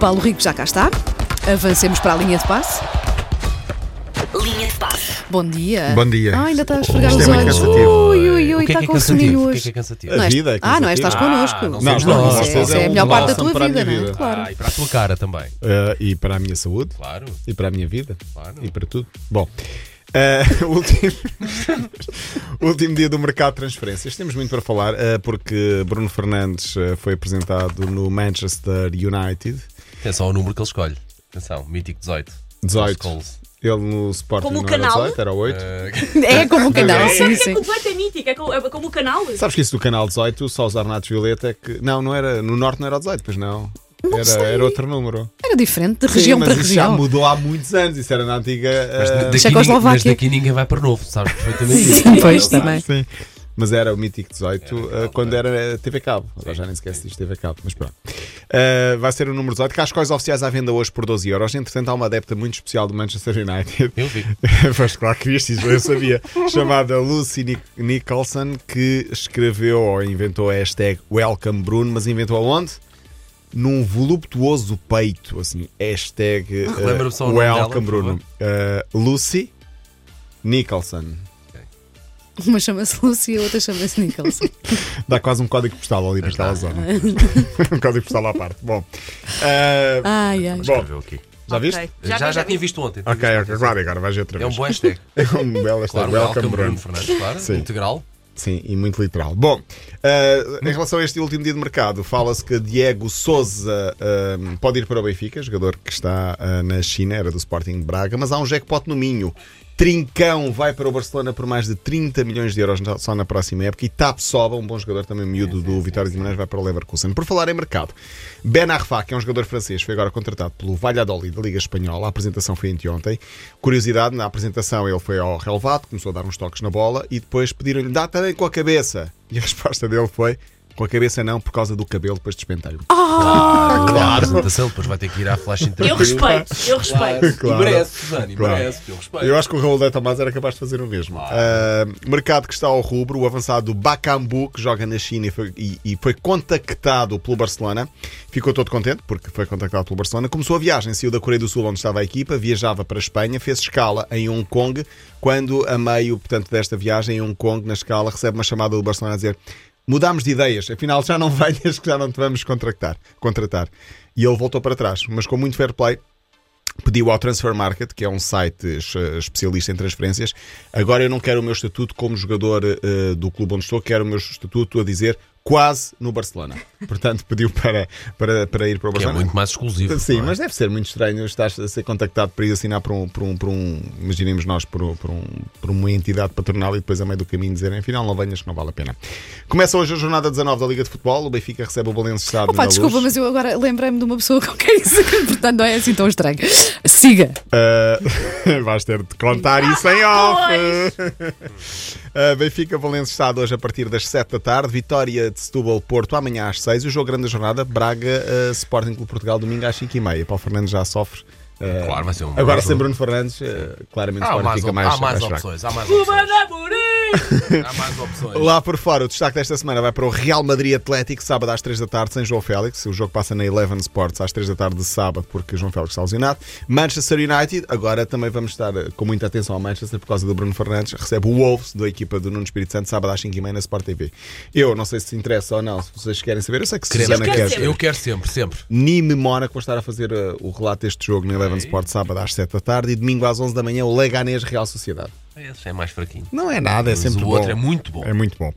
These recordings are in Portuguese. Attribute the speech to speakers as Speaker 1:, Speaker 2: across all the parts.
Speaker 1: Paulo Rico já cá está. Avancemos para a linha de passe.
Speaker 2: Linha de passe.
Speaker 1: Bom dia.
Speaker 3: Bom dia.
Speaker 1: Ah, ainda está a esfregar
Speaker 3: Isto
Speaker 1: os
Speaker 3: é muito
Speaker 1: olhos.
Speaker 3: cansativo.
Speaker 1: Ui, ui, ui,
Speaker 4: o que é
Speaker 1: está
Speaker 4: que é
Speaker 1: com frio
Speaker 4: cansativo? O
Speaker 1: hoje.
Speaker 4: que é que é cansativo?
Speaker 3: A
Speaker 1: Não és-
Speaker 3: vida é
Speaker 1: Ah, não, estás
Speaker 3: cansativa.
Speaker 1: connosco.
Speaker 4: Ah, não
Speaker 3: somos
Speaker 1: Não,
Speaker 3: nós,
Speaker 1: isso é-
Speaker 3: vocês
Speaker 1: isso
Speaker 3: é
Speaker 1: é a
Speaker 3: um
Speaker 1: melhor parte da
Speaker 3: bálsamo
Speaker 1: tua
Speaker 3: para a
Speaker 1: vida,
Speaker 3: minha
Speaker 1: não é?
Speaker 3: vida.
Speaker 1: Claro.
Speaker 4: Ah, e para a tua cara também,
Speaker 3: Eh, e para a minha saúde
Speaker 4: claro.
Speaker 3: e para a minha vida
Speaker 4: Claro.
Speaker 3: e para tudo. Bom, eh, último, último dia do mercado de transferências. Temos muito para falar eh, porque Bruno Fernandes eh, foi apresentado no Manchester United.
Speaker 4: Atenção ao É número que ele escolhe. Atenção, mítico 18.
Speaker 3: 18.
Speaker 4: Scholes.
Speaker 3: Ele no Sporting
Speaker 2: Como o
Speaker 3: não era
Speaker 2: canal?
Speaker 3: 18, era 8.
Speaker 4: Eh,
Speaker 1: É como um canal, sim,
Speaker 2: É
Speaker 1: sim.
Speaker 2: completa mítica, é co- é como o canal.
Speaker 3: Sabes que isso do canal 18, só os Arnatos Violeta é que. Não, não era. No Norte não era o 18, pois não. Era, era outro número.
Speaker 1: Era diferente de região
Speaker 3: Sim, mas
Speaker 1: para
Speaker 3: isso já
Speaker 1: região.
Speaker 3: mudou há muitos anos. Isso era na antiga.
Speaker 4: mas
Speaker 1: Ehm,
Speaker 3: eh,
Speaker 4: daqui ninguém-
Speaker 1: Checoslováquia.
Speaker 4: mas daqui ninguém vai para novo, sabes perfeitamente
Speaker 1: Sim,
Speaker 4: isso.
Speaker 1: pois
Speaker 3: tá
Speaker 1: também.
Speaker 3: Sim. Mas era o Mítico 18
Speaker 4: Era
Speaker 3: eh,
Speaker 4: canal,
Speaker 3: quando era TV Cabo. Agora já nem sequer se diz TV Cabo, mas pronto. Eh, vai ser o número 18. Cascóis oficiais à venda hoje por 12 euros. Entretanto, há uma adepta muito especial do Manchester United.
Speaker 4: Eu vi.
Speaker 3: Mas claro que viste isso, eu sabia. Chamada Lucy Nic- Nicholson, que escreveu ou inventou a hashtag Welcome Bruno, mas inventou aonde? Num voluptuoso peito, assim, hashtag eh,
Speaker 4: Relembra-me Ah, só o nome dela, por
Speaker 3: Welcome Bruno. Eh, Lucy Nicholson.
Speaker 1: Uma chama-se Lúcia, outra chama-se Nicholson.
Speaker 3: Dá quase um código postal ali naquela zona. um código postal à parte. Bom, eh,
Speaker 1: Ai, ai.
Speaker 3: bom
Speaker 4: Escreveu aqui.
Speaker 3: já viste?
Speaker 2: Ok,
Speaker 4: Já, já, tinha visto ontem. tinha
Speaker 3: Ok,
Speaker 4: visto
Speaker 3: ok,
Speaker 4: ontem.
Speaker 3: claro, agora vais ver outra
Speaker 4: É um
Speaker 3: vez.
Speaker 4: bom hashtag.
Speaker 3: um belo hashtag,
Speaker 4: Claro, é
Speaker 3: Welcome Bruno.
Speaker 4: Fernandes, claro.
Speaker 3: Sim.
Speaker 4: Integral.
Speaker 3: Sim, e muito literal. Bom, eh, em relação a este último dia de mercado, fala-se que Diego Souza eh, pode ir para o Benfica, jogador que está eh, na China, era do Sporting de Braga, mas há um jackpot no Minho. Trincão vai para o Barcelona por mais de 30 milhões de euros na- só na próxima época e Tap Soba, um bom jogador também miúdo do Vitória de Guimarães, vai para o Leverkusen. Por falar em mercado, Ben Arfa, que é um jogador francês, foi agora contratado pelo Valladolid da Liga Espanhola. A apresentação foi anteontem. Curiosidade, na apresentação ele foi ao relevado, começou a dar uns toques na bola e depois pediram-lhe, dá também com a cabeça. E a resposta dele foi, com a cabeça não, por causa do cabelo, depois despentei-o.
Speaker 4: Ah, claro. apresentação, depois vai ter que ir à flash
Speaker 2: Eu
Speaker 4: interview.
Speaker 2: respeito, eu respeito.
Speaker 3: Claro.
Speaker 4: Merece, Suzana,
Speaker 3: Claro.
Speaker 4: merece. Eu respeito.
Speaker 3: Eu acho que o Raul de Tomás era capaz de fazer o mesmo. Ah, mercado que está ao rubro, o avançado Bacambu, que joga na China e foi, e- e foi contactado pelo Barcelona. Ficou todo contente porque foi contactado pelo Barcelona. Começou a viagem, saiu da Coreia do Sul, onde estava a equipa, viajava para a Espanha, fez escala em Hong Kong. Quando, a meio portanto, desta viagem em Hong Kong, na escala, recebe uma chamada do Barcelona a dizer Mudámos de ideias, afinal já não venhas que já não te vamos contratar. contratar. E ele voltou para trás, mas com muito fair play, pediu ao Transfer Market, que é um site eh, especialista em transferências, agora eu não quero o meu estatuto como jogador eh, do clube onde estou, quero o meu estatuto a dizer quase no Barcelona. Portanto, pediu para, para, para ir para o
Speaker 4: Que é
Speaker 3: Barcelona.
Speaker 4: muito mais exclusivo.
Speaker 3: Sim,
Speaker 4: não é?
Speaker 3: mas deve ser muito estranho estar a ser contactado para ir assinar por um, por um, por um imaginemos nós, por, um- por, um, por uma entidade patronal e depois a meio do caminho dizerem, afinal não venhas que não vale a pena. Começa hoje a jornada 19 da Liga de Futebol, o Benfica recebe o Balenciaga
Speaker 1: Opa,
Speaker 3: na
Speaker 1: desculpa,
Speaker 3: Luz.
Speaker 1: mas eu agora lembrei-me de uma pessoa com quem isso, portanto não é assim tão estranho. Siga.
Speaker 3: Ah, vais ter de contar isso em off. Ah, Benfica Valença Estado hoje a partir das 7 da tarde. Vitória de Setúbal Porto amanhã às 6. O jogo grande da jornada, Braga ah, Sporting Clube de Portugal, domingo às 5 e meia. Paulo Fernandes já sofre. ah,
Speaker 4: Claro, vai ser um bom
Speaker 3: Agora
Speaker 4: jogo.
Speaker 3: sem Bruno Fernandes, ah, claramente o
Speaker 4: Há
Speaker 3: Sporting
Speaker 4: mais,
Speaker 3: fica
Speaker 4: op-
Speaker 3: mais,
Speaker 4: há mais
Speaker 3: mais fraco.
Speaker 4: opções. Há mais opções.
Speaker 2: Manda
Speaker 1: Então
Speaker 2: morir!
Speaker 4: Há mais opções.
Speaker 3: Lá por fora, o destaque desta semana vai para o Real Madrid Atlético, sábado às 3 da tarde, sem João Félix. O jogo passa na Eleven Sports às 3 da tarde de sábado, porque João Félix está lesionado. Manchester United, agora também vamos estar eh, com muita atenção ao Manchester por causa do Bruno Fernandes. Recebe o Wolves, da equipa do Nuno Espírito Santo, sábado às 5h30 na Sport TV. Eu não sei se interessa ou não, se vocês querem saber, eu sei que
Speaker 4: Queremos.
Speaker 3: Susana quer.
Speaker 2: Quero saber.
Speaker 4: Eu quero sempre, sempre.
Speaker 3: Nime Mónaco vou estar a fazer eh, o relato deste jogo na Eleven Sports, sábado às 7 da tarde e domingo às 11 da manhã o Leganés Real Sociedade.
Speaker 4: Esse é mais fraquinho.
Speaker 3: Não é nada, é
Speaker 4: Mas
Speaker 3: sempre
Speaker 4: o
Speaker 3: bom.
Speaker 4: outro é muito bom.
Speaker 3: É muito bom.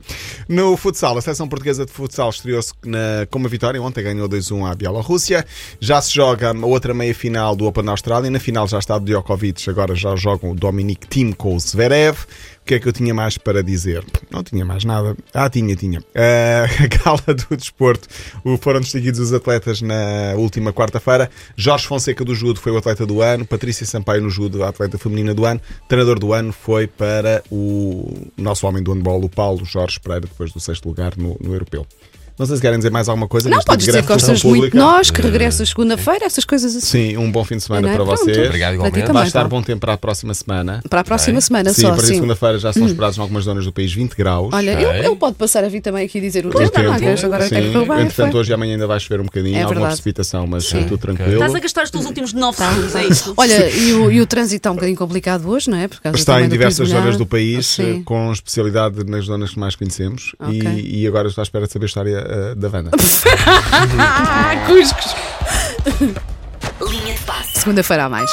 Speaker 3: No futsal, a seleção portuguesa de futsal estreou-se na- com uma vitória. Ontem ganhou 2-1 à Bielorrússia. Já se joga a outra meia-final do Open da Austrália. Na final já está o Djokovic. Agora já jogam o Dominic Thiem com o Zverev. O que é que eu tinha mais para dizer? Não tinha mais nada. Ah, tinha, tinha. Ah, a gala do desporto. O- Foram distinguidos os atletas na última quarta-feira. Jorge Fonseca do Judo foi o atleta do ano. Patrícia Sampaio no Judo, a atleta feminina do ano. Treinador do ano foi para o nosso homem do handball, o Paulo Jorge Pereira, depois do sexto lugar no, no europeu. Não sei se querem dizer mais alguma coisa.
Speaker 1: Não,
Speaker 3: neste
Speaker 1: podes dizer que
Speaker 3: direto de
Speaker 1: gostas
Speaker 3: função
Speaker 1: muito de
Speaker 3: pública.
Speaker 1: nós, que regressas segunda-feira, essas coisas assim.
Speaker 3: Sim, um bom fim de semana
Speaker 1: Não é?
Speaker 3: para
Speaker 1: Pronto.
Speaker 3: vocês.
Speaker 4: Obrigado,
Speaker 1: Para ti
Speaker 4: igualmente.
Speaker 1: também,
Speaker 3: Vai estar
Speaker 1: Paulo.
Speaker 3: bom tempo para a próxima semana.
Speaker 1: Para a próxima
Speaker 4: Bem.
Speaker 1: semana
Speaker 3: Sim,
Speaker 1: só,
Speaker 3: a partir de
Speaker 1: sim. Hum.
Speaker 3: segunda-feira já são esperados em algumas zonas do país 20 graus.
Speaker 1: Olha,
Speaker 4: Ok.
Speaker 1: ele, ele pode passar a vir também aqui e dizer o
Speaker 3: Tem
Speaker 1: tempo.
Speaker 3: tempo.
Speaker 1: Ah, mas agora
Speaker 3: Sim.
Speaker 1: até que correu bem,
Speaker 3: Entretanto,
Speaker 1: foi.
Speaker 3: hoje e amanhã ainda vai chover um bocadinho,
Speaker 1: É
Speaker 3: alguma
Speaker 1: verdade.
Speaker 3: precipitação, mas
Speaker 1: Sim.
Speaker 3: tudo tranquilo.
Speaker 2: Estás a gastar os teus últimos 9 segundos, é isso?
Speaker 1: Tá. Olha, e o, e o trânsito está um bocadinho complicado hoje, não é? Por causa
Speaker 3: Está
Speaker 1: também
Speaker 3: em
Speaker 1: do
Speaker 3: diversas
Speaker 1: piso molhado.
Speaker 3: zonas do país,
Speaker 1: Sim.
Speaker 3: eh, com especialidade nas zonas que mais conhecemos. E-
Speaker 1: Ok.
Speaker 3: E, agora estou à espera de saber a história eh, da Vanda.
Speaker 1: Ah, cuscos!
Speaker 2: Linha de passe.
Speaker 1: Segunda-feira a mais.